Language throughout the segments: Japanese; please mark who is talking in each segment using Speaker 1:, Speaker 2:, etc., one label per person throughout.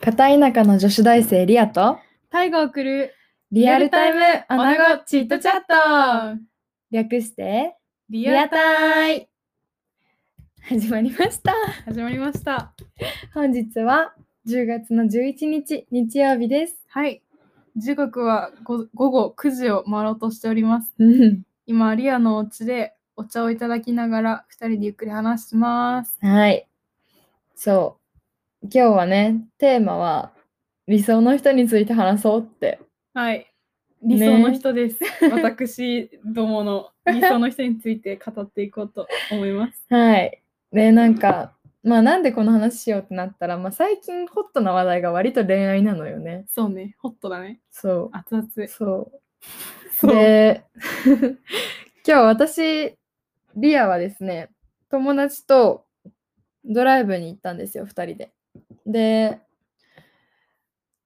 Speaker 1: 片田舎の女子大生リアと
Speaker 2: タイガ送る
Speaker 1: リアルタイムアナゴ
Speaker 2: チットチャット
Speaker 1: 略して
Speaker 2: リアタイ
Speaker 1: 始まりました。
Speaker 2: 始まりました。
Speaker 1: 本日は10月の11日日曜日です。
Speaker 2: はい。時刻はご午後9時を回ろうとしております。今、リアのお家でお茶をいただきながら2人でゆっくり話します。
Speaker 1: はい。そう。今日はね、テーマは理想の人について話そうって。
Speaker 2: はい。
Speaker 1: ね
Speaker 2: 理想の人です。私ども の理想の人について語っていこうと思います。
Speaker 1: はい。で、なんか、まあなんでこの話しようってなったら、まあ最近ホットな話題が割と恋愛なのよね。
Speaker 2: そうね、ホットだね。
Speaker 1: そ
Speaker 2: 熱々。
Speaker 1: う。そう。
Speaker 2: そう。
Speaker 1: で 今日私リアはですね友達とドライブに行ったんですよ2人で。で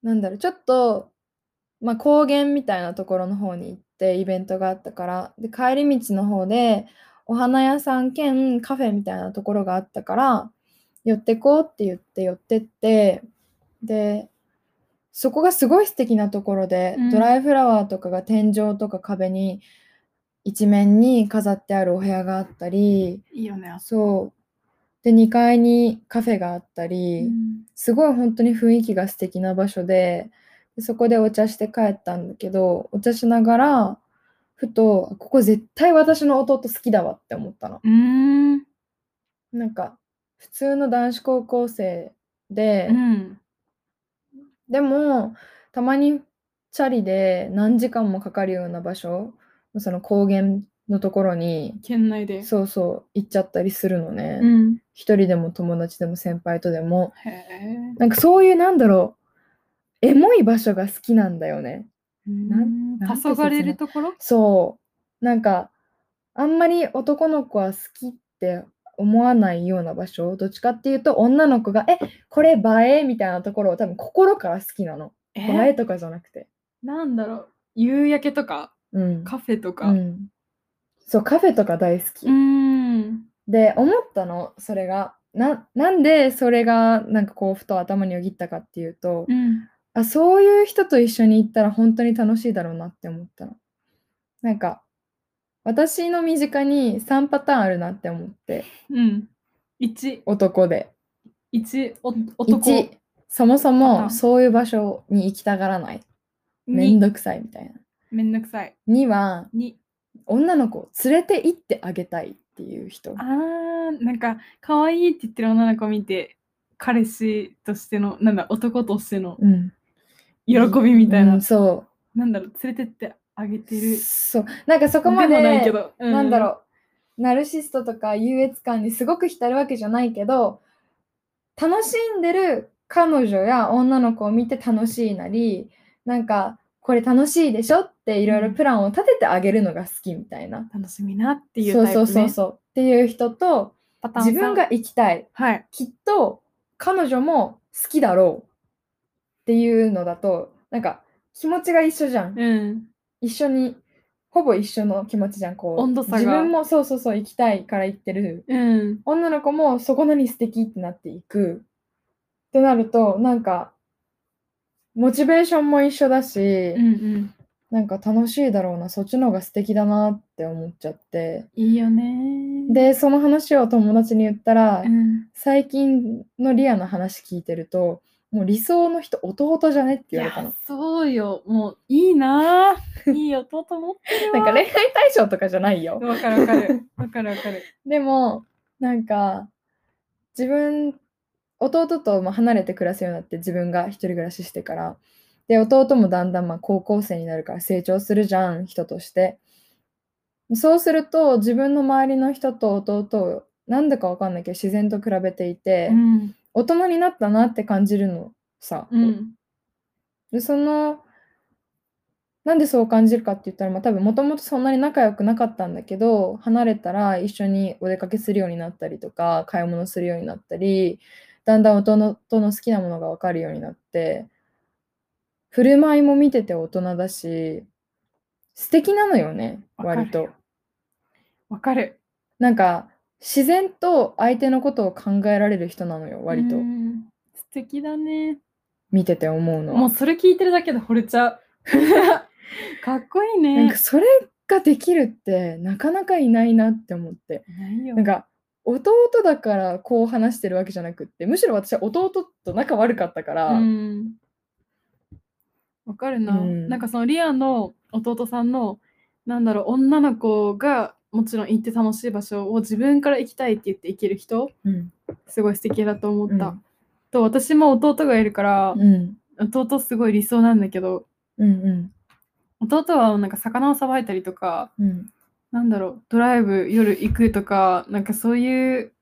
Speaker 1: なんだろうちょっと、まあ、高原みたいなところの方に行ってイベントがあったからで帰り道の方でお花屋さん兼カフェみたいなところがあったから寄ってこうって言って寄ってってでそこがすごい素敵なところで、
Speaker 2: うん
Speaker 1: ドライフラワーとかが天井とか壁に一面に飾ってあるお部屋があったり
Speaker 2: いいよね、あそ
Speaker 1: そうで2階にカフェがあった
Speaker 2: こ
Speaker 1: り、すごい本当に雰囲気が素敵な場所ででそこでお茶して帰ったんだけどお茶しながらふとここ絶対私の弟好きだわって思ったの。
Speaker 2: うーん。
Speaker 1: なんか普通の男子高校生で、
Speaker 2: うん。
Speaker 1: でもたまにチャリで何時間もかかるような場所その高原のところに
Speaker 2: 県内で。
Speaker 1: そうそう行っちゃったりするのね、
Speaker 2: うん。
Speaker 1: 一人でも友達でも先輩とでも
Speaker 2: へえ。
Speaker 1: なんかそういうなんだろうエモい場所が好きなんだよね
Speaker 2: なん
Speaker 1: なんて
Speaker 2: 黄昏れるところ
Speaker 1: そうなんかあんまり男の子は好きって思わないような場所どっちかっていうと女の子が「えこれ映え」みたいなところを多分心から好きなの
Speaker 2: え
Speaker 1: 映えとかじゃなくて
Speaker 2: なんだろう夕焼けとか
Speaker 1: うん
Speaker 2: カフェとか
Speaker 1: う。ん、そうカフェとか大好き、
Speaker 2: ん。
Speaker 1: で思ったのそれがななんでそれがなんかこうふと頭によぎったかっていうと、
Speaker 2: うん。
Speaker 1: あそういう人と一緒に行ったら本当に楽しいだろうなって思ったのなんか私の身近に3パターンあるなって思って
Speaker 2: うん。一
Speaker 1: 男で
Speaker 2: 一お男
Speaker 1: 1そもそ
Speaker 2: パター
Speaker 1: も
Speaker 2: ン
Speaker 1: そういう場所に行きたがらないめん
Speaker 2: 二
Speaker 1: どくさいみたいな
Speaker 2: めんどくさい
Speaker 1: 2は
Speaker 2: 二
Speaker 1: 女の子を連れて行ってあげたいっていう人
Speaker 2: あーなんか可愛いって言ってる女の子見て彼氏としてのなんだ男としての
Speaker 1: うん
Speaker 2: 喜びみたいな、
Speaker 1: うんそ
Speaker 2: なんだろう連れてってあげて
Speaker 1: う
Speaker 2: る
Speaker 1: そうなんかそこまで
Speaker 2: でもないけど、う
Speaker 1: なんだろうナルシストとか優越感にすごく浸るわけじゃないけど楽しんでる彼女や女の子を見て楽しいなりなんかこれ楽しいでしょっていろいろプランを立ててあげるのが好きみたいな、
Speaker 2: 楽しみなっていう
Speaker 1: そう
Speaker 2: タイプ、ね、
Speaker 1: そうそうそうっていう人と
Speaker 2: パターンさ
Speaker 1: 自
Speaker 2: ん
Speaker 1: 分が行きたい
Speaker 2: はい
Speaker 1: きっと彼女も好きだろうっていうのだとなんか気持ちが一緒じゃん
Speaker 2: うん
Speaker 1: 一緒にほぼ一緒の気持ちじゃんこう
Speaker 2: 温度差が
Speaker 1: 自分もそうそうそう行きたいから行ってる
Speaker 2: うん
Speaker 1: 女の子もそこなに素敵ってなっていくってなるとなんかモチベーションも一緒だし、
Speaker 2: うんうん
Speaker 1: なんか楽しいだろうなそっちの方が素敵だなって思っちゃって
Speaker 2: いいよね
Speaker 1: でその話を友達に言ったら、
Speaker 2: うん
Speaker 1: 最近のリアの話聞いてるともう理想の人弟じゃねって
Speaker 2: い
Speaker 1: 言われた
Speaker 2: や
Speaker 1: の
Speaker 2: そうよもういいなぁいい弟持ってる
Speaker 1: な
Speaker 2: わ
Speaker 1: んか恋愛対象とかじゃないよ
Speaker 2: わかるわ かるわかるわかる
Speaker 1: でもなんか自分弟とまあ離れて暮らすようになって自分が一人暮らししてからで弟もだんだんまあ高校生になるから成長するじゃん人としてそうすると自分の周りの人と弟をなんだかわかんないけど自然と比べていて、
Speaker 2: うん
Speaker 1: 大人になったなって感じるのさ、
Speaker 2: うん
Speaker 1: でそのなんでそう感じるかって言ったら、まあ、多分もともとそんなに仲良くなかったんだけど離れたら一緒にお出かけするようになったりとか買い物するようになったりだんだん大人との好きなものが分かるようになって振る舞いも見てて大人だし素敵なのよね
Speaker 2: わかる
Speaker 1: 割と。
Speaker 2: わかる
Speaker 1: なんか自然と相手のことを考えられる人なのよ割と。
Speaker 2: うん素敵だね
Speaker 1: 見てて思うのは
Speaker 2: もうそれ聞いてるだけで惚れ ちゃう。かっこいい
Speaker 1: なん
Speaker 2: ね
Speaker 1: か。それができるってなかなかいないなって思って
Speaker 2: ないよ
Speaker 1: なんか弟だからこう話してるわけじゃなくってむしろ私は弟と仲悪かったから、
Speaker 2: うん。わかるな、
Speaker 1: うん
Speaker 2: なんかそのリアの弟さんの、なんだろう、女の子がもちろん行って楽しい場所を自分から行きたいって言って行ける人、
Speaker 1: うん
Speaker 2: すごい素敵だと思っ
Speaker 1: う
Speaker 2: た。
Speaker 1: ん
Speaker 2: と、私も弟がいるから、
Speaker 1: うん
Speaker 2: 弟すごい理想なんだけど、
Speaker 1: うん
Speaker 2: 弟はなんか魚をさばいたりとか、
Speaker 1: うん
Speaker 2: なんだろう、ドライブ夜行くとか、なんかそういう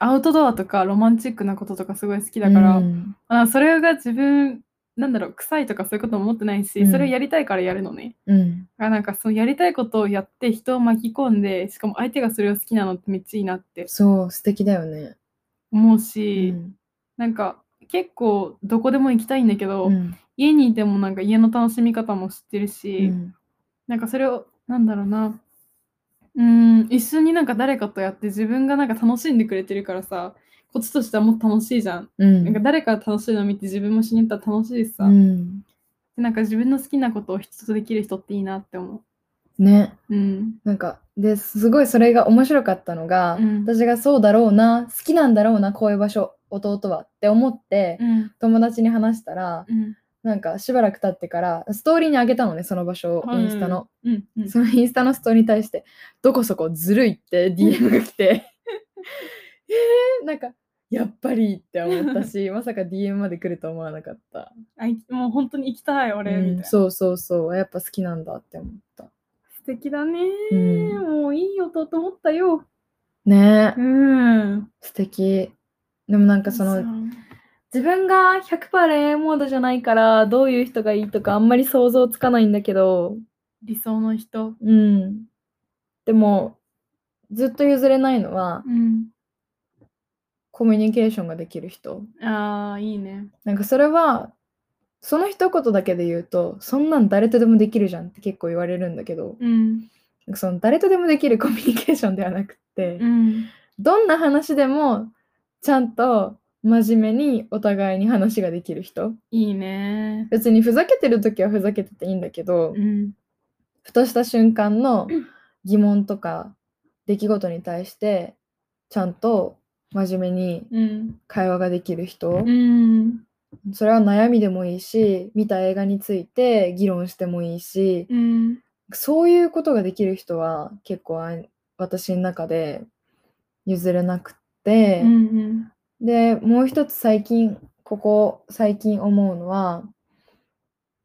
Speaker 2: アウトドアとかロマンチックなこととかすごい好きだから、
Speaker 1: うん
Speaker 2: あそれが自分なんだろう臭いとかそういうことも思ってないし、
Speaker 1: うん
Speaker 2: それをやりたいからやるのね
Speaker 1: うん
Speaker 2: あなんかそのやりたいことをやって人を巻き込んでしかも相手がそれを好きなのってめっちゃいいなって
Speaker 1: そう素敵だよね、
Speaker 2: 思う
Speaker 1: う
Speaker 2: し、
Speaker 1: ん
Speaker 2: なんか結構どこでも行きたいんだけど、
Speaker 1: うん
Speaker 2: 家にいてもなんか家の楽しみ方も知ってるし、
Speaker 1: うん
Speaker 2: なんかそれをなんだろうなうーん一緒になんか誰かとやって自分がなんか楽しんでくれてるからさこっちとしてはもっと楽しいじゃん、
Speaker 1: うん
Speaker 2: なんか誰かが楽しいの見て自分も死にったら楽しいしさ、
Speaker 1: うん
Speaker 2: でなんか自分の好きなことを人とできる人っていいなって思
Speaker 1: ね
Speaker 2: う。うん。
Speaker 1: なんかですごいそれが面白かったのが、
Speaker 2: うん
Speaker 1: 私がそうだろうな好きなんだろうなこういう場所弟はって思って、
Speaker 2: うん。
Speaker 1: 友達に話したら
Speaker 2: うん。
Speaker 1: なんかしばらく経ってからストーリーにあげたのねその場所をインスタの、。
Speaker 2: うん。うん。
Speaker 1: そのインスタのストーリーに対して「どこそこずるい」って DM が来て えー、なんかやっぱりって思った しまさか DM まで来ると思わなかった、
Speaker 2: あいもう本当に行きたい俺、
Speaker 1: うん
Speaker 2: みたいな。素
Speaker 1: そうそうそうやっぱ好きなんだって思った、
Speaker 2: 敵だね、
Speaker 1: うん、
Speaker 2: もういい弟思ったよ。
Speaker 1: ねえ
Speaker 2: うん。
Speaker 1: 素敵でもなんかその自分が100%恋愛モードじゃないからどういう人がいいとかあんまり想像つかないんだけど
Speaker 2: 理想の人。
Speaker 1: うんでもずっと譲れないのは
Speaker 2: うん。
Speaker 1: コミュニケーションができる人
Speaker 2: ああ、いいね。
Speaker 1: なんかそれはその一言だけで言うとそんなん誰とでもできるじゃんって結構言われるんだけど
Speaker 2: うん。
Speaker 1: なんかその誰とでもできるコミュニケーションではなくって、
Speaker 2: うん。
Speaker 1: どんな話でもちゃんと真面目にお互いに話ができる人
Speaker 2: いいね。
Speaker 1: 別にふざけてる時はふざけてていいんだけど、
Speaker 2: うん。
Speaker 1: ふとした瞬間の
Speaker 2: うん
Speaker 1: 疑問とか出来事に対してちゃんと真面目に
Speaker 2: うん。
Speaker 1: 会話ができる人
Speaker 2: う、ん。
Speaker 1: それは悩みでもいいし見た映画について議論してもいいし
Speaker 2: うん。
Speaker 1: そういうことができる人は結構あん私の中で譲れなくって
Speaker 2: う、ん。
Speaker 1: でもう一つ最近ここ最近思うのは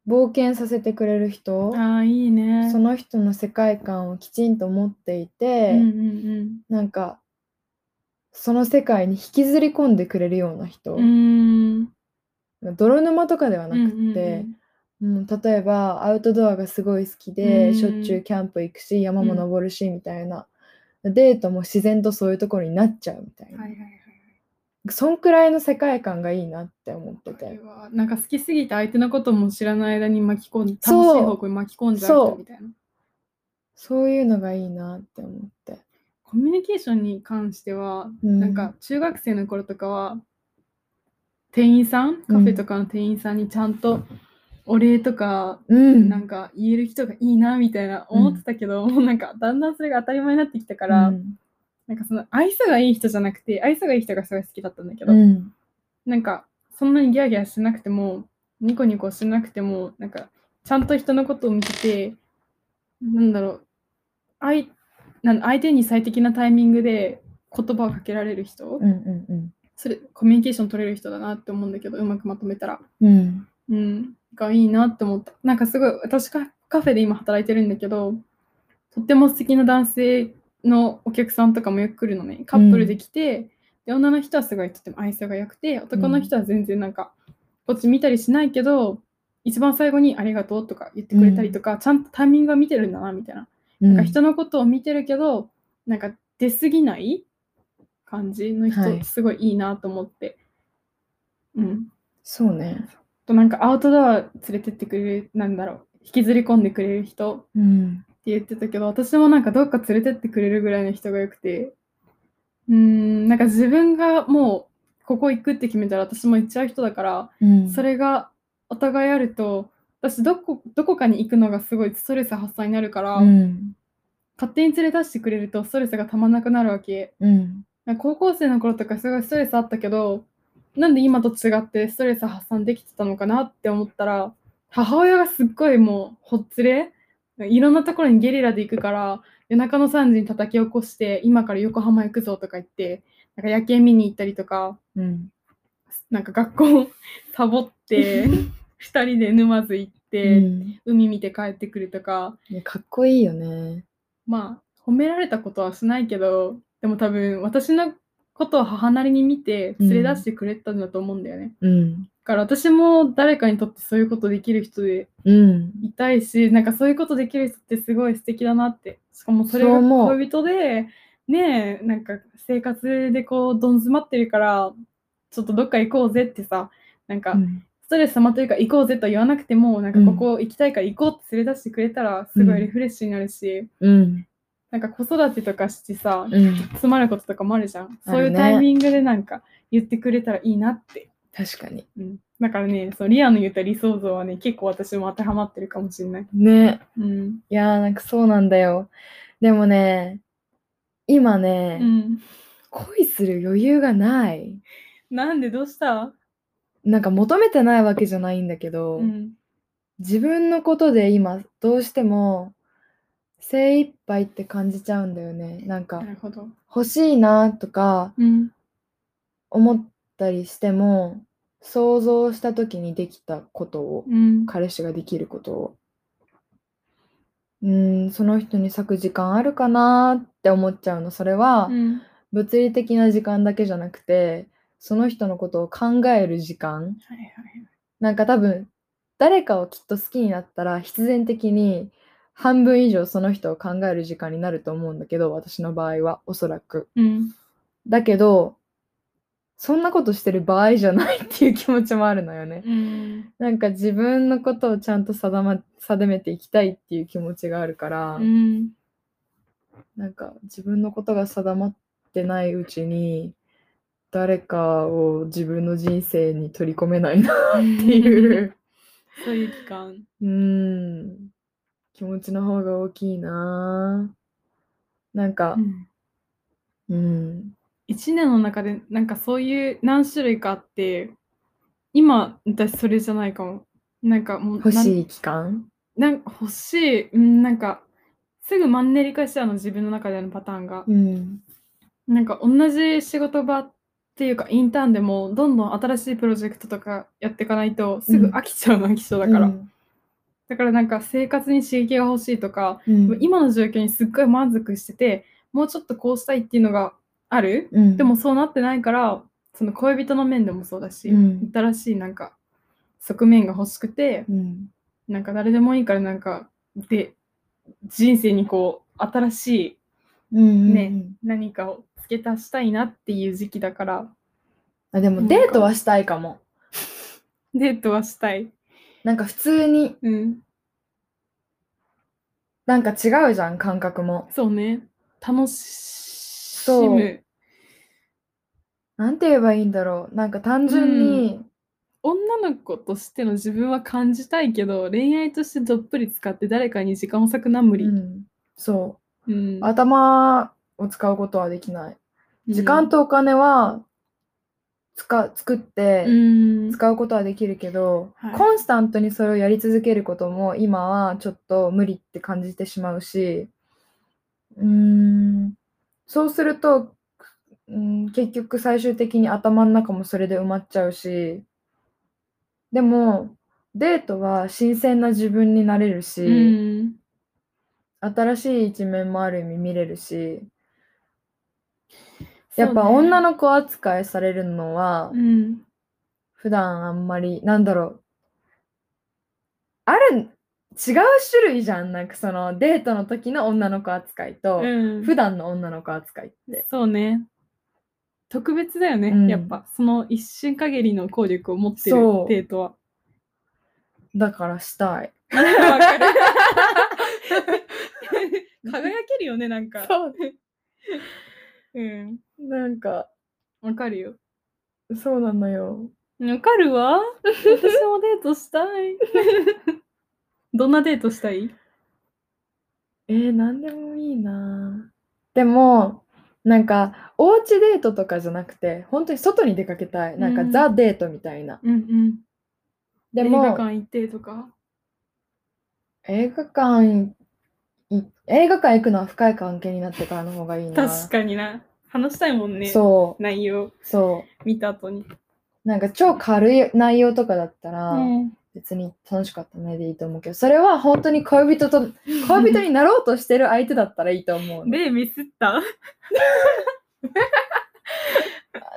Speaker 1: 冒険させてくれる人
Speaker 2: ああ、いいね。
Speaker 1: その人の世界観をきちんと持っていて、
Speaker 2: うんうん
Speaker 1: なんかその世界に引きずり込んでくれるような人、
Speaker 2: うん。うん。
Speaker 1: 泥沼とかではな
Speaker 2: うん
Speaker 1: く
Speaker 2: うんうん
Speaker 1: って、うん例えばアウトドアがすごい好きで、
Speaker 2: うん
Speaker 1: しょっちゅうキャンプ行くし山も登るし、みたいなデートも自然とそういうところになっちゃうみたいな、
Speaker 2: はいはいはい。
Speaker 1: そんくらいの世界観がいいなって思って
Speaker 2: これ
Speaker 1: て
Speaker 2: はなんか好きすぎて相手のことも知らない間に巻き込んで楽しい
Speaker 1: そう
Speaker 2: 方向に巻き込んじゃう人みたいな
Speaker 1: そういうのがいいなって思って。
Speaker 2: コミュニケーションに関しては、
Speaker 1: うん
Speaker 2: なんか中学生の頃とかは店員さんカフェとかの店員さんにちゃんとお礼とか、
Speaker 1: うん
Speaker 2: なんか言える人がいいなみたいな思ってたけど、もうなんかだんだんそれが当たり前になってきたから、
Speaker 1: うん
Speaker 2: なんかその愛想がいい人じゃなくて愛想がいい人がすごい好きだったんだけど、
Speaker 1: うん
Speaker 2: なんかそんなにギャーギャーしなくてもニコニコしなくてもなんかちゃんと人のことを見ててなんだろう相なん相手に最適なタイミングで言葉をかけられる人、
Speaker 1: うんうん
Speaker 2: それコミュニケーション取れる人だなって思うんだけどうまくまとめたら
Speaker 1: うんうん
Speaker 2: うんがいいなって思ったなんかすごい私がカフェで今働いてるんだけどとっても素敵な男性のお客さんとかもよく来るのねカップルで来て、で女の人はすごいとっても愛想が良くて男の人は全然なんか、こっち見たりしないけど一番最後に「ありがとう」とか言ってくれたりとか、ちゃんとタイミングは見てるんだなみたいな,、
Speaker 1: うん
Speaker 2: なんか人のことを見てるけどなんか出過ぎない感じの人、
Speaker 1: はい
Speaker 2: すごいいいなと思って。うん、
Speaker 1: そうね、
Speaker 2: となんかアウトドア連れてってくれるなんだろう引きずり込んでくれる人って
Speaker 1: うん、
Speaker 2: 言ってたけど私もなんかどっか連れてってくれるぐらいの人がよくてうーんなんか自分がもうここ行くって決めたら私も行っちゃう人だから、
Speaker 1: うん
Speaker 2: それがお互いあると私どこどこかに行くのがすごいストレス発散になるから、
Speaker 1: うん
Speaker 2: 勝手に連れ出してくれるとストレスがたまんなくなるわけ
Speaker 1: うん
Speaker 2: なんか高校生の頃とかすごいストレスあったけどなんで今と違ってストレス発散できてたのかなって思ったら母親がすっごいもうほっつれいろんなところにゲリラで行くから夜中の3時に叩き起こして今から横浜行くぞとか言ってなんか夜景見に行ったりとか
Speaker 1: うん
Speaker 2: なんか学校 サボ って2人で沼津行って、
Speaker 1: うん
Speaker 2: 海見て帰ってくるとか
Speaker 1: いやかっこいいよね
Speaker 2: まあ褒められたことはしないけどでも多分私のことを母なりに見て連れ出してくれたんだと思うんだよね、だ
Speaker 1: うん
Speaker 2: から私も誰かにとってそういうことできる人で
Speaker 1: うん
Speaker 2: いたいしなんかそういうことできる人ってすごい素敵だなってしかもそれ
Speaker 1: そう
Speaker 2: が
Speaker 1: 思う
Speaker 2: 恋人でねえなんか生活でこうどん詰まってるからちょっとどっか行こうぜってさなんか
Speaker 1: うん
Speaker 2: ストレス溜まってるから行こうぜとは言わなくてもなんか
Speaker 1: うん
Speaker 2: ここ行きたいから行こうって連れ出してくれたらすごいリフレッシュになるし、
Speaker 1: うん
Speaker 2: なんか子育てとかしてさ、
Speaker 1: うん
Speaker 2: 詰まることとかもあるじゃん。
Speaker 1: あ
Speaker 2: そうい
Speaker 1: るね
Speaker 2: うタイミングでなんか言ってくれたらいいなって。
Speaker 1: 確かに
Speaker 2: うん、だからね、そうリアの言った理想像はね、結構私も当てはまってるかもしれない。
Speaker 1: ね
Speaker 2: うん。
Speaker 1: いやーなんかそうなんだよでもね今ね、
Speaker 2: うん、
Speaker 1: 恋する余裕がない
Speaker 2: なんでどうした
Speaker 1: なんか求めてないわけじゃないんだけど、
Speaker 2: うん。
Speaker 1: 自分のことで今どうしても精一杯って感じちゃうんだよねなんか
Speaker 2: なるほど。
Speaker 1: 欲しいなとか
Speaker 2: うん。
Speaker 1: 思ったりしても想像した時にできたことを
Speaker 2: うん。
Speaker 1: 彼氏ができることをうーんその人に割く時間あるかなって思っちゃうのそれは
Speaker 2: うん
Speaker 1: 物理的な時間だけじゃなくてその人のことを考える時間
Speaker 2: はいはい
Speaker 1: なんか多分誰かをきっと好きになったら必然的に半分以上その人を考える時間になると思うんだけど私の場合はおそらく。
Speaker 2: うん。
Speaker 1: だけどそんなことしてる場合じゃないっていう気持ちもあるのよね。
Speaker 2: うん。
Speaker 1: なんか自分のことをちゃんと定,、ま、定めていきたいっていう気持ちがあるから、
Speaker 2: うん。
Speaker 1: なんか自分のことが定まってないうちに誰かを自分の人生に取り込めないなっ
Speaker 2: って
Speaker 1: てい。う。
Speaker 2: そういう期間。
Speaker 1: うーん気持ちの方が大きいなぁなんかうん
Speaker 2: 1年の中でなんかそういう何種類かあって今私それじゃないかもなんかもう
Speaker 1: 欲
Speaker 2: なん
Speaker 1: しい期間
Speaker 2: なんか欲しいうんなんかすぐマンネリ化しちゃうの自分の中でのパターンが、
Speaker 1: うん
Speaker 2: なんか同じ仕事場っていうかインターンでもどんどん新しいプロジェクトとかやっていかないとすぐ飽きちゃうの飽きそうだから、
Speaker 1: うん
Speaker 2: だからなんか生活に刺激が欲しいとか、
Speaker 1: うん
Speaker 2: 今の状況にすっごい満足しててもうちょっとこうしたいっていうのがある
Speaker 1: うん
Speaker 2: でもそうなってないからその恋人の面でもそうだし、
Speaker 1: うん
Speaker 2: 新しいなんか側面が欲しくて
Speaker 1: うん
Speaker 2: なんか誰でもいいからなんかで人生にこう新しい
Speaker 1: うん
Speaker 2: ね
Speaker 1: うん
Speaker 2: 何かを付け足したいなっていう時期だから
Speaker 1: あでもデートはしたいかも
Speaker 2: デートはしたい。
Speaker 1: なんか普通に
Speaker 2: うん、
Speaker 1: なんか違うじゃん感覚も
Speaker 2: そうね楽しむ
Speaker 1: なんて言えばいいんだろうなんか単純に
Speaker 2: 女の子としての自分は感じたいけど恋愛としてどっぷり使って誰かに時間を割くのは無理、
Speaker 1: うんそ
Speaker 2: うん
Speaker 1: う頭を使うことはできない時間とお金はつか作って
Speaker 2: うん、
Speaker 1: 使うことはできるけど、
Speaker 2: はい
Speaker 1: コンスタントにそれをやり続けることも今はちょっと無理って感じてしまうしうーんそうすると、うん、結局最終的に頭の中もそれで埋まっちゃうしでもデートは新鮮な自分になれるし、
Speaker 2: うん
Speaker 1: 新しい一面もある意味見れるし
Speaker 2: そう
Speaker 1: や
Speaker 2: ね
Speaker 1: っぱ女の子扱いされるのは、
Speaker 2: うん
Speaker 1: 普段あんまりなんだろうある違う種類じゃんなんかそのデートの時の女の子扱いと、
Speaker 2: うん
Speaker 1: 普段の女の子扱いって
Speaker 2: そうね特別だよね、
Speaker 1: うん
Speaker 2: やっぱその一瞬限りの効力を持ってる
Speaker 1: そう
Speaker 2: デートは
Speaker 1: だからしたい
Speaker 2: わかる輝けるよねなんか
Speaker 1: そう
Speaker 2: うん
Speaker 1: なんか
Speaker 2: わかるよ
Speaker 1: そうなのよ。
Speaker 2: わかるわ。私もデート したい。どんなデートしたい
Speaker 1: えー、なんでもいいなぁでも、なんか、おうちデートとかじゃなくて、本当に外に出かけたい。なんか、
Speaker 2: うん
Speaker 1: ザ・デートみたいな。
Speaker 2: うんうん。
Speaker 1: で
Speaker 2: 映画
Speaker 1: も、
Speaker 2: 館行ってとか。
Speaker 1: 映画館い、映画館行くのは深い関係になってからの方がいいな。
Speaker 2: 確かにな。話したいもんね。
Speaker 1: そう、
Speaker 2: 内容
Speaker 1: そ
Speaker 2: 見た後に。
Speaker 1: う。なんか、超軽い内容とかだったら、
Speaker 2: うん
Speaker 1: 別に楽しかったねでいいと思うけど、それは本当に恋人 と、恋人になろうとしてる相手だったらいいと思うの。
Speaker 2: で、ミスった。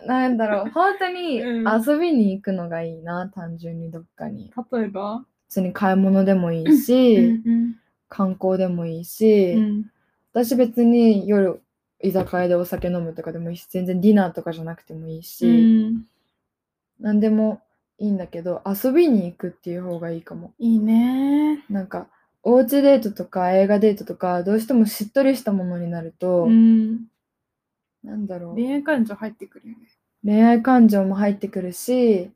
Speaker 1: なんだろ う、本当に
Speaker 2: うん
Speaker 1: 遊びに行くのがいいな、単純にどっかに。
Speaker 2: 例えば。
Speaker 1: 普通に買い物でもいいし、
Speaker 2: うん
Speaker 1: 観光でもいいうし、
Speaker 2: ん。
Speaker 1: 私別に夜居酒屋でお酒飲むとかでもいいし、全然ディナーとかじゃなくてもいいし、
Speaker 2: うん
Speaker 1: 何でもいいんだけど、遊びに行くっていう方がいいかも。
Speaker 2: いいね。
Speaker 1: なんか、おうちデートとか映画デートとか、どうしてもしっとりしたものになると、
Speaker 2: うん。
Speaker 1: なんだろう。
Speaker 2: 恋愛感情入ってくるよね。
Speaker 1: 恋愛感情も入ってくるし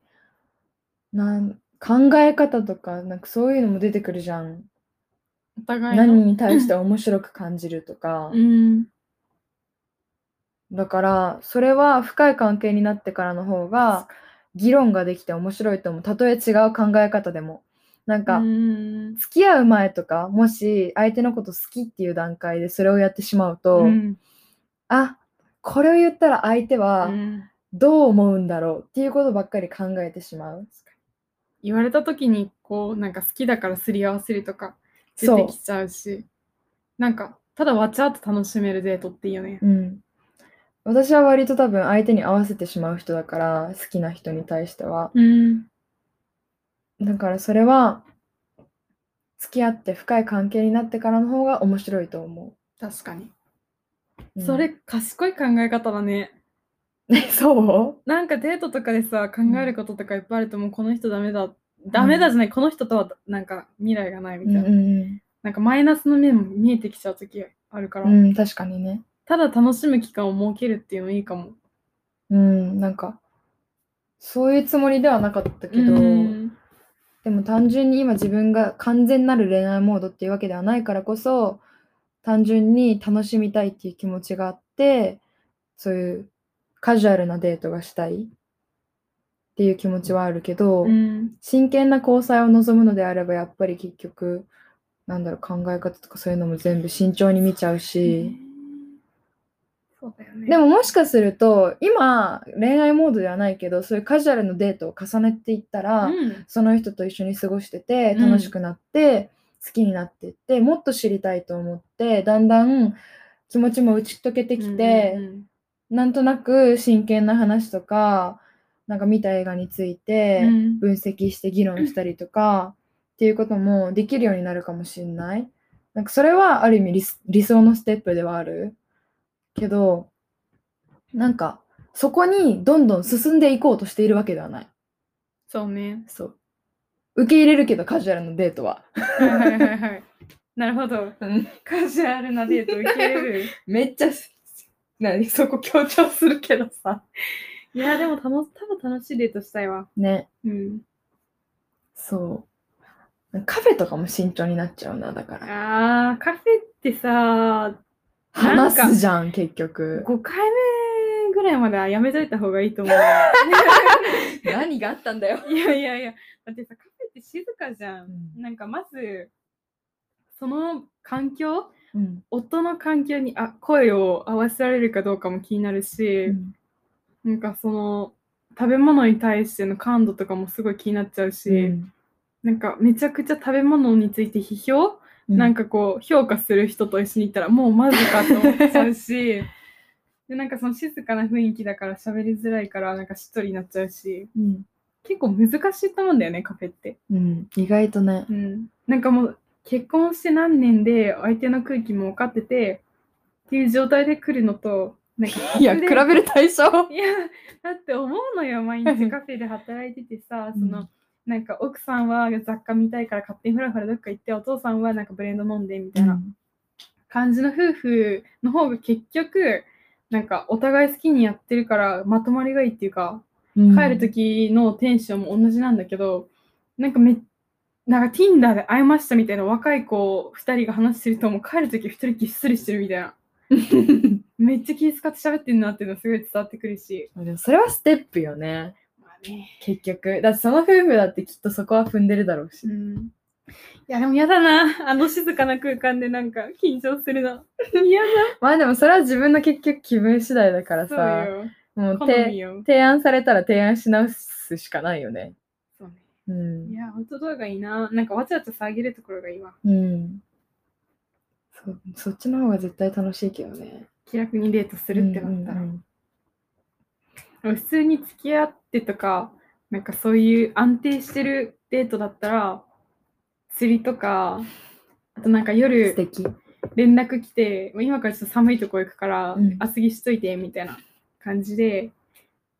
Speaker 1: なん考え方とかなんかそういうのも出てくるじゃん
Speaker 2: お互いの。
Speaker 1: 何に対して面白く感じるとか、
Speaker 2: うん。
Speaker 1: だからそれは深い関係になってからの方が議論ができて面白いと思うたとえ違う考え方でもなんか、
Speaker 2: うん
Speaker 1: 付き合う前とかもし相手のこと好きっていう段階でそれをやってしまうと、
Speaker 2: うん
Speaker 1: あこれを言ったら相手は
Speaker 2: うん
Speaker 1: どう思うんだろうっていうことばっかり考えてしまう。
Speaker 2: 言われた時にこうなんか好きだからすり合わせるとか出
Speaker 1: そう
Speaker 2: てきちゃうしなんかただわちゃっと楽しめるデートっていいよね。
Speaker 1: うん。私は割と多分相手に合わせてしまう人だから、好きな人に対しては。
Speaker 2: うん、
Speaker 1: だからそれは、付き合って深い関係になってからの方が面白いと思
Speaker 2: 確かに、
Speaker 1: う。うん
Speaker 2: それ、賢い考え方だね。
Speaker 1: そう
Speaker 2: なんかデートとかでさ考えることとかいっぱいあるともうこの人ダメだダメだじゃない、この人とはなんか未来がないみ
Speaker 1: う
Speaker 2: たい
Speaker 1: ん う
Speaker 2: な、
Speaker 1: ん
Speaker 2: なんかマイナスの面も見えてきちゃう時あるから、
Speaker 1: うん、うん、確かにね。
Speaker 2: ただ楽しむ期間を設けるっていうのいいかも。
Speaker 1: うん、なんか、そういうつもりではなかったけど、
Speaker 2: うん
Speaker 1: でも単純に今自分が完全なる恋愛モードっていうわけではないからこそ単純に楽しみたいっていう気持ちがあってそういうカジュアルなデートがしたいっていう気持ちはあるけど、
Speaker 2: うん
Speaker 1: 真剣な交際を望むのであればやっぱり結局なんだろう考え方とかそういうのも全部慎重に見ちゃうし、
Speaker 2: そうだよね
Speaker 1: でももしかすると今恋愛モードではないけどそういうカジュアルのデートを重ねていったら、
Speaker 2: うん
Speaker 1: その人と一緒に過ごしてて
Speaker 2: うん
Speaker 1: 楽しくなって、好きになっていってもっと知りたいと思ってだんだん気持ちも打ち解けてきて、
Speaker 2: うんうんうん
Speaker 1: なんとなく真剣な話とかなんか見た映画について
Speaker 2: うん
Speaker 1: 分析して議論したりとか、っていうこともできるようになるかもしれない。なんかそれはある意味理す理想のステップではあるけどなんかそこにどんどん進んでいこうとしているわけではない。
Speaker 2: そうね。
Speaker 1: そう。受け入れるけど、カジュアルのデートは。
Speaker 2: はいはいはいはい。 なるほど。カジュアルなデート受けれる。
Speaker 1: めっちゃ、何そこ強調するけどさ。
Speaker 2: いや、でも楽し、多分楽しいデートしたいわ。
Speaker 1: ね、
Speaker 2: うん。
Speaker 1: そう。カフェとかも慎重になっちゃうな、だから。
Speaker 2: あー、カフェってさ、
Speaker 1: 話
Speaker 2: なんか
Speaker 1: すじゃん、結局。
Speaker 2: 5回目ぐらいまではやめといた方がいいと思う。
Speaker 1: 何があったんだよ。
Speaker 2: いやいやいや、だってさ、カフェって静かじゃん。
Speaker 1: うん
Speaker 2: なんかまず、その環境、
Speaker 1: うん。
Speaker 2: 音の環境にあ声を合わせられるかどうかも気になるし、なんかその食べ物に対しての感度とかもすごい気になっちゃうし、なんかめちゃくちゃ食べ物について批評、なん
Speaker 1: か、
Speaker 2: かこう評価する人と一緒に行ったらもうマジかと思っちゃう しでなんかその静かな雰囲気だから喋りづらいからなんかしっとりになっちゃうし
Speaker 1: うん。
Speaker 2: 結構難しいと思うんだよねカフェって、
Speaker 1: うん。意外とね
Speaker 2: う。ん。なんかもう結婚して何年で相手の空気も分かっててっていう状態で来るのとなんか
Speaker 1: いや、比
Speaker 2: で
Speaker 1: べる対象。
Speaker 2: いやだって思うのよ毎日カフェで働いててさ
Speaker 1: う
Speaker 2: そ
Speaker 1: ん
Speaker 2: のなんか奥さんは雑貨見たいから勝手にふらふらどっか行ってお父さんはなんかブレンド飲んでみたいな感じの夫婦の方が結局なんかお互い好きにやってるからまとまりがいいっていうか
Speaker 1: うん
Speaker 2: 帰る時のテンションも同じなんだけど、なんかめなんか Tinder で会いましたみたいな若い子2人が話してるともう帰る時2人ぎっすりしてるみたい なめっちゃ気遣って喋ってんなっていうのすごい伝わってくるし、
Speaker 1: でもそれはステップよね
Speaker 2: まあね
Speaker 1: 結局だってその夫婦だってきっとそこは踏んでるだろうし
Speaker 2: うん、いやでも嫌だなあの静かな空間でなんか緊張するの嫌
Speaker 1: まあでもそれは自分の結局気分次第だから
Speaker 2: だ
Speaker 1: さ
Speaker 2: そうよ
Speaker 1: もう
Speaker 2: 好み
Speaker 1: て
Speaker 2: よ
Speaker 1: 提案されたら提案し直すしかないよね
Speaker 2: そうね
Speaker 1: うん
Speaker 2: いやアウトドアがいいななんかわちゃわちゃ騒げるところがいいわ
Speaker 1: うんそそっちの方が絶対楽しいけどね
Speaker 2: 気楽にデートするってなったら、普通に付き合ってとか、なんかそういう安定してるデートだったら、釣りとか、あとなんか
Speaker 1: 素
Speaker 2: 夜
Speaker 1: 敵
Speaker 2: 連絡来て、今からちょっと寒いとこ行くから
Speaker 1: うん、
Speaker 2: 厚着しといてみたいな感じで、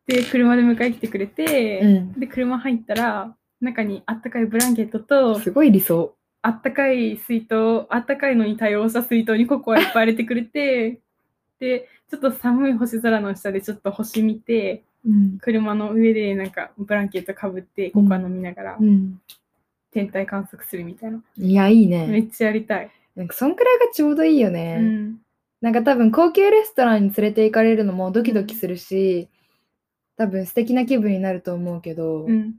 Speaker 2: で、車で迎え来てくれ
Speaker 1: う
Speaker 2: て、
Speaker 1: ん
Speaker 2: で、車入ったら、中にあったかいブランケットと、
Speaker 1: すごい理想
Speaker 2: あったかい水筒、あったかいのに対応した水筒にココアいっぱい入れてくれて、で、ちょっと寒い星空の下でちょっと星見て、
Speaker 1: うん
Speaker 2: 車の上でなんかブランケットかぶってココア飲みながら
Speaker 1: うん
Speaker 2: 天体観測するみたいな、
Speaker 1: いやいいね
Speaker 2: めっちゃやりたい、
Speaker 1: なんかそんくらいがちょうどいいよね、
Speaker 2: うん
Speaker 1: なんか多分高級レストランに連れて行かれるのもドキドキするし、多分素敵な気分になると思うけど、
Speaker 2: うん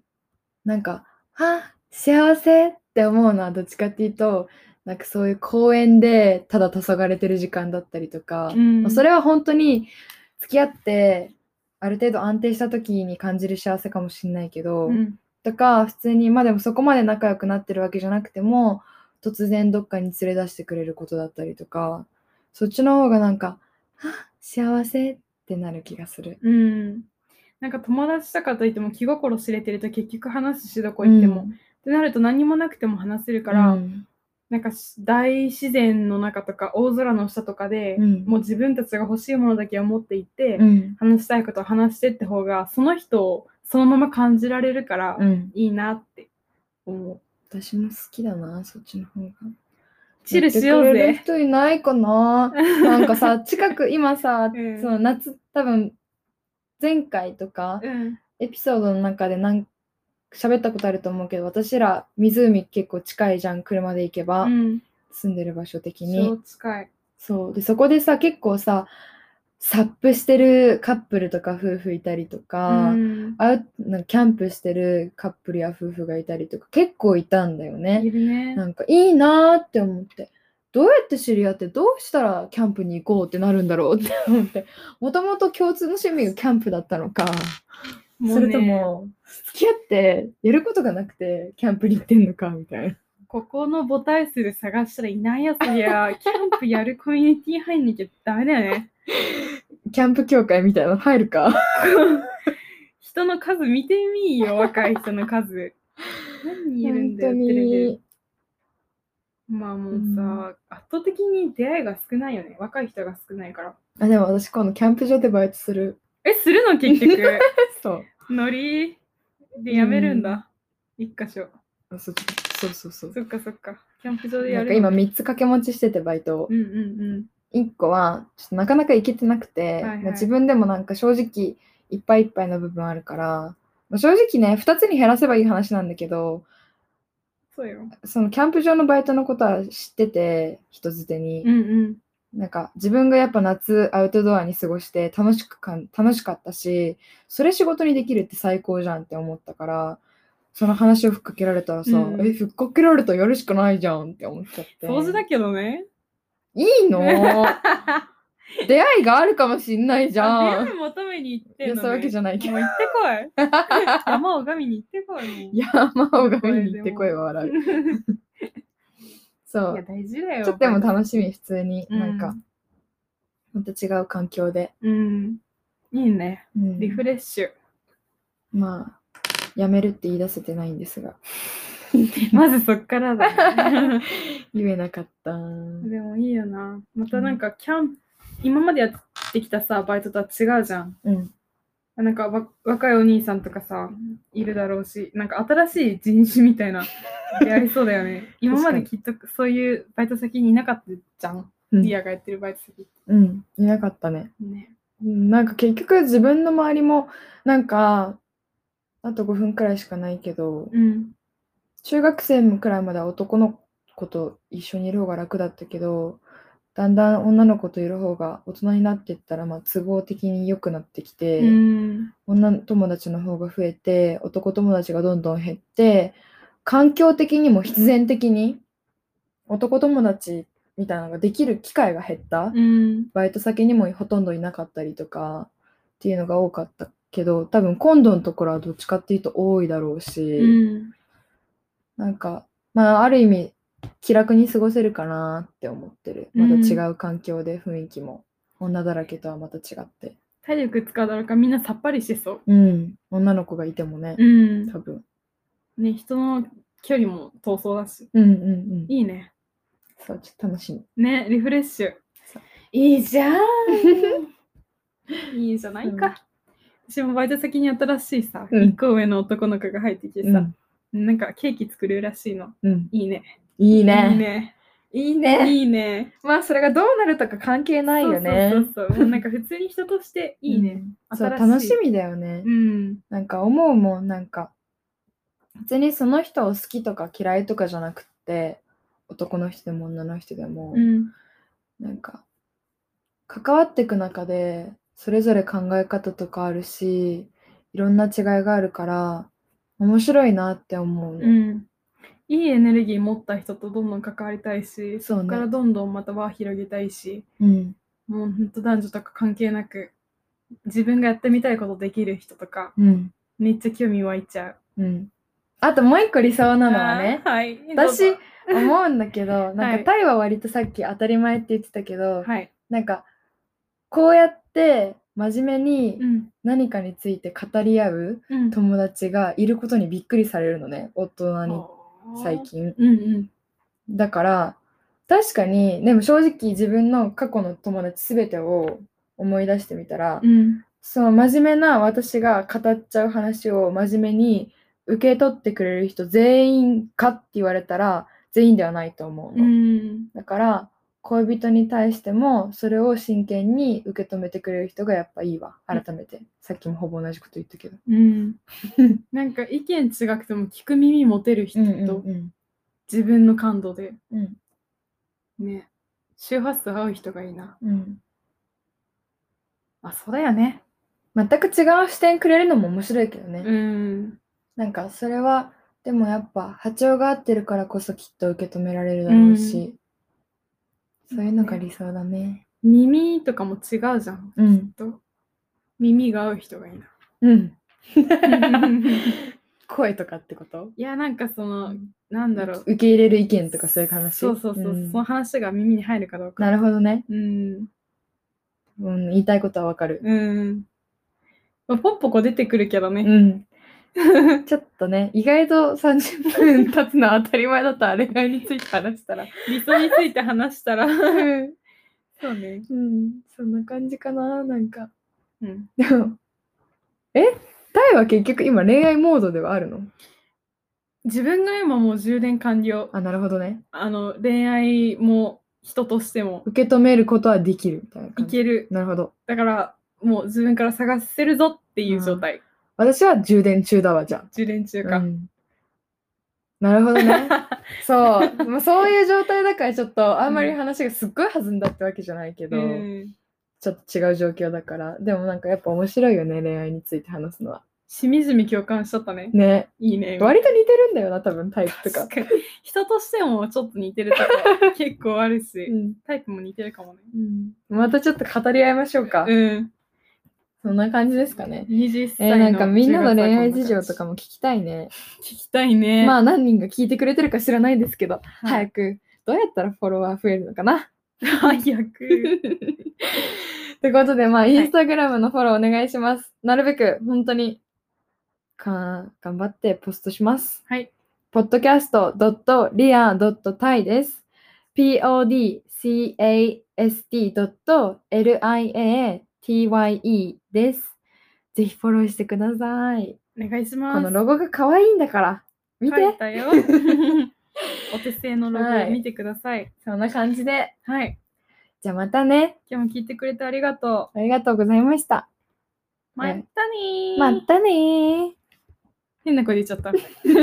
Speaker 1: なんか「あ幸せ!」って思うのはどっちかっていうとなんかそういう公園でただ黄昏れてる時間だったりとか、
Speaker 2: うん
Speaker 1: まあそれは本当に付き合ってある程度安定した時に感じる幸せかもしれないけど、
Speaker 2: うん
Speaker 1: とか普通にまあでもそこまで仲良くなってるわけじゃなくても突然どっかに連れ出してくれることだったりとかそっちの方がなんかあ幸せってなる気がする。
Speaker 2: うんなんか友達とかといっても気心知れてると結局話すしどこ行っても、ってなると何もなくても話せる
Speaker 1: か
Speaker 2: から、
Speaker 1: うん
Speaker 2: なんかし大自然の中とか大空の下とかで、
Speaker 1: うん
Speaker 2: もう自分たちが欲しいものだけを持っていって、
Speaker 1: うん
Speaker 2: 話したいことを話してって方がその人をそのまま感じられるから、
Speaker 1: うん、
Speaker 2: いいなって思う
Speaker 1: 私も好きだなそっちの方が。
Speaker 2: チルしよう
Speaker 1: やってくれる
Speaker 2: ぜ
Speaker 1: 人いないかな なんかさ近く今さ、
Speaker 2: うん
Speaker 1: その夏多分前回とか、
Speaker 2: うん
Speaker 1: エピソードの中でなん喋ったことあると思うけど私ら湖結構近いじゃん車で行けば、
Speaker 2: うん
Speaker 1: 住んでる場所的
Speaker 2: 超
Speaker 1: に
Speaker 2: 近い。
Speaker 1: そうでそこでさ結構さサップしてるカップルとか夫婦いたりとか、
Speaker 2: うん
Speaker 1: アウなんかキャンプしてるカップルや夫婦がいたりとか結構いたんだよ
Speaker 2: い
Speaker 1: ね、
Speaker 2: るね。
Speaker 1: なんかいいなーって思ってどうやって知り合ってどうしたらキャンプに行こうってなるんだろうって思ってもともと共通の趣味がキャンプだったのか
Speaker 2: もう
Speaker 1: そ
Speaker 2: ね
Speaker 1: れとも付き合ってやることがなくてキャンプに行ってんのかみたいな。
Speaker 2: ここの母体数で探したらいないや つや、キャンプやるコミュニティ入んなきゃダメだよね。
Speaker 1: キャンプ協会みたいなの入るか
Speaker 2: 人の数見てみーよ、若い人の数。何人いる
Speaker 1: 本
Speaker 2: ん
Speaker 1: 当
Speaker 2: だよ、テレビで
Speaker 1: に。
Speaker 2: まあもう
Speaker 1: う
Speaker 2: さ、圧倒的に出会いが少ないよね。若い人が少ないから。
Speaker 1: あでも私今度キャンプ場でバイトす る。
Speaker 2: え、するの 結局。
Speaker 1: そう。
Speaker 2: ノリでやめるんだ。一箇所。
Speaker 1: あそうそうそうそう。
Speaker 2: そっかそっか。キャンプ場でや
Speaker 1: なん
Speaker 2: る
Speaker 1: か
Speaker 2: の
Speaker 1: 今3つ掛け持ちしててバイトを
Speaker 2: うんうん
Speaker 1: 1個はちょっとなかなか行けてなくて、
Speaker 2: いはい
Speaker 1: まあ自分でもなんか正直いっぱいいっぱいの部分あるから、まあ正直ね2つに減らせばいい話なんだけど
Speaker 2: そうよ。
Speaker 1: そのキャンプ場のバイトのことは知ってて人づてに
Speaker 2: うん、うん。
Speaker 1: なんか自分がやっぱ夏アウトドアに過ごして楽しくかん楽しかったしそれ仕事にできるって最高じゃんって思ったからその話をふっかけられたらさ、
Speaker 2: うん
Speaker 1: えふっかけられたらやるしかないじゃんって思っちゃって
Speaker 2: 掃除だけどね。
Speaker 1: いい の出会いがあるかもしんないじゃ
Speaker 2: あ出
Speaker 1: ん
Speaker 2: 会い求めに行って
Speaker 1: いや
Speaker 2: んの、ね、
Speaker 1: そういうわけじゃないけど
Speaker 2: もう行ってこ い山を拝みに行ってこいもう
Speaker 1: 山をが見に行ってこいは笑う
Speaker 2: い
Speaker 1: そ
Speaker 2: や
Speaker 1: う
Speaker 2: 大事だよ
Speaker 1: ちょっとでも
Speaker 2: し
Speaker 1: 楽しみ普通に、なんか
Speaker 2: う
Speaker 1: また違う環境で、
Speaker 2: うんいいね
Speaker 1: うん
Speaker 2: リフレッシュ、
Speaker 1: まあやめるって言い出せてないんですが
Speaker 2: まずそっか らだ、ね、
Speaker 1: 言えなかった
Speaker 2: でもいいよなまたなんかキャンプ今までやってきたさバイトとは違うじゃん
Speaker 1: うん
Speaker 2: なんかわ若いお兄さんとかさいるだろうしなんか新しい人種みたいなやりそうだ よね今まできっとそういうバイト先にいなかったじゃん、
Speaker 1: うん
Speaker 2: リアがやってるバイト先
Speaker 1: うん、いなかったね。
Speaker 2: ね
Speaker 1: うんなんか結局自分の周りもなんかあと5分くらいしかないけど、
Speaker 2: うん。
Speaker 1: 中学生くらいまでは男の子と一緒にいる方が楽だったけど、だんだん女の子といる方が大人になっていったら、まあ、都合的に良くなってきて、
Speaker 2: うん。
Speaker 1: 女友達の方が増えて男友達がどんどん減って環境的にも必然的に男友達みたいなのができる機会が減った、
Speaker 2: うん。
Speaker 1: バイト先にもほとんどいなかったりとかっていうのが多かったけど多分今度のところはどっちかっていうと多いだろうし、
Speaker 2: うん。
Speaker 1: なんかまあある意味気楽に過ごせるかなって思ってるまた違う環境で雰囲気も、女だらけとはまた違って
Speaker 2: 体力使うだろうからみんなさっぱりしそう。
Speaker 1: うん女の子がいてもね、
Speaker 2: うん。
Speaker 1: 多分
Speaker 2: ね、人の距離も遠そうだし。
Speaker 1: うんうんうん
Speaker 2: いいね。
Speaker 1: そう、ちょっと楽し み。
Speaker 2: ね、リフレッシュ
Speaker 1: そう。
Speaker 2: いいじゃん。いいじゃないか。私もバイト先に新しいさ、
Speaker 1: うん
Speaker 2: 一個上の男の子が入ってきてさ、なんかケーキ作るらしいの。
Speaker 1: うん、
Speaker 2: いいね。
Speaker 1: いい
Speaker 2: いい
Speaker 1: ね。
Speaker 2: ね。
Speaker 1: いいね。
Speaker 2: いいね。
Speaker 1: まあ、それがどうなるとか関係ないよね
Speaker 2: そ。うそうそうそう。もうなんか普通に人としていいね。
Speaker 1: うん。そう、
Speaker 2: 新しい
Speaker 1: 楽しみだよね
Speaker 2: う。ん。
Speaker 1: なんか思うもん、なんか、別にその人を好きとか嫌いとかじゃなくって、男の人でも女の人でも、
Speaker 2: うん。
Speaker 1: なんか、関わっていく中で、それぞれ考え方とかあるし、いろんな違いがあるから、面白いなって思うの。
Speaker 2: うん。いいエネルギー持った人とどんどん関わりたいし、
Speaker 1: そう
Speaker 2: そ
Speaker 1: ね
Speaker 2: こからどんどんまた輪広げたいし、
Speaker 1: うん。
Speaker 2: もうほんと男女とか関係なく、自分がやってみたいことできる人とか、
Speaker 1: うん。
Speaker 2: めっちゃ興味湧いちゃう。
Speaker 1: うん。あともう一個理想なのはね、
Speaker 2: あーはい。
Speaker 1: 私
Speaker 2: どうぞ
Speaker 1: 思うんだけどなん か
Speaker 2: はい
Speaker 1: タイは割とさっき当たり前って言ってたけど、
Speaker 2: はい。
Speaker 1: なんかこうやって真面目に
Speaker 2: うん。
Speaker 1: 何かについて語り合う
Speaker 2: うん。
Speaker 1: 友達がいることにびっくりされるのね大人に
Speaker 2: おー
Speaker 1: 最。近。
Speaker 2: うんうん。
Speaker 1: だから確かにでも正直自分の過去の友達全てを思い出してみたら、
Speaker 2: うん。
Speaker 1: その真面目な私が語っちゃう話を真面目に受け取ってくれる人全員かって言われたら全員ではないと思う
Speaker 2: う
Speaker 1: の。
Speaker 2: ん。
Speaker 1: だから恋人に対してもそれを真剣に受け止めてくれる人がやっぱいいわ改めて、さっきもほぼ同じこと言ったけど、
Speaker 2: うん。なんか意見違くても聞く耳持てる人と
Speaker 1: うん
Speaker 2: 自分の感度で、
Speaker 1: うん
Speaker 2: ね、周波数合う人がいいな。
Speaker 1: うん、
Speaker 2: あ、そうだよね。
Speaker 1: 全く違う視点くれるのも面白いけどね、
Speaker 2: うん。
Speaker 1: なんかそれはでもやっぱ波長が合ってるからこそきっと受け止められるだろうし、そういうのが理想だね
Speaker 2: 耳とかも違うじゃん。
Speaker 1: うん
Speaker 2: と耳が合う人がいいな。
Speaker 1: うん。 声とかってこと
Speaker 2: いや、なんかその、
Speaker 1: ん
Speaker 2: なんだろう。
Speaker 1: 受け入れる意見とかそういう話
Speaker 2: そうそうそう。
Speaker 1: ん
Speaker 2: その話が耳に入るかどうか。
Speaker 1: なるほどね、
Speaker 2: うん。
Speaker 1: うん。言いたいことはわかる。
Speaker 2: うん。まあ、ポッポコ出てくるけどね。
Speaker 1: うん。 ちょっとね、意外と30分経つのは当たり前だった恋愛について話したら。
Speaker 2: 理想について話したら。
Speaker 1: うん
Speaker 2: そうね。
Speaker 1: うん、そんな感じかな、なんか。
Speaker 2: うん。
Speaker 1: でも、えタイは結局今恋愛モードではあるの
Speaker 2: 自分が今もう充電完了。
Speaker 1: あ、なるほどね。
Speaker 2: あの、恋愛も人としても
Speaker 1: 受け止めることはできるみたいない感じ。
Speaker 2: ける。
Speaker 1: なるほど。
Speaker 2: だから、もう自分から探せるぞっていう状態。
Speaker 1: 私は充電中だわ、じゃあ。
Speaker 2: 充電中か。
Speaker 1: うんなるほど ね。そう。まあ、そういう状態だから、ちょっと、あんまり話がすっごい弾んだってわけじゃないけど、
Speaker 2: うん
Speaker 1: ちょっと違う状況だから。でもなんかやっぱ面白いよね、恋愛について話すのは。
Speaker 2: しみじみ共感しちゃったね。
Speaker 1: ね。
Speaker 2: いいね。今
Speaker 1: 割と似てるんだよな、多分、タイプとか。
Speaker 2: 確かに人としてもちょっと似てるとこ 結構あるし、
Speaker 1: うん
Speaker 2: タイプも似てるかもね。
Speaker 1: またちょっと語り合いましょうか。
Speaker 2: うん。
Speaker 1: そんな感じですかね。
Speaker 2: 21歳
Speaker 1: え
Speaker 2: の
Speaker 1: ー、なんかみんなの恋愛事情
Speaker 2: 18
Speaker 1: とか
Speaker 2: も
Speaker 1: も聞きたいね。
Speaker 2: 聞きたいね。
Speaker 1: まあ何人が聞いてくれてるか知らないですけど、
Speaker 2: はい
Speaker 1: 早くどうやったらフォロワー増えるのかな。
Speaker 2: 早く。
Speaker 1: ということで、まあ、インスタグラムのフォローお願いします。なるべく、本当に、か、頑張ってポストします。
Speaker 2: はい。
Speaker 1: podcast.lia.tai です。podcast.liaty です。ぜひフォローしてください。
Speaker 2: お願いします。
Speaker 1: このロゴが可愛いんだから、見て、
Speaker 2: 書いた よ。お手製のロゴ
Speaker 1: は
Speaker 2: を
Speaker 1: い
Speaker 2: 見てください。
Speaker 1: そんな感じで。
Speaker 2: はい。
Speaker 1: じゃあまたね。
Speaker 2: 今日も聞いてくれてありがと
Speaker 1: ありがとうございました。
Speaker 2: う。まったねー。
Speaker 1: またねー。
Speaker 2: 変な声出ちゃった。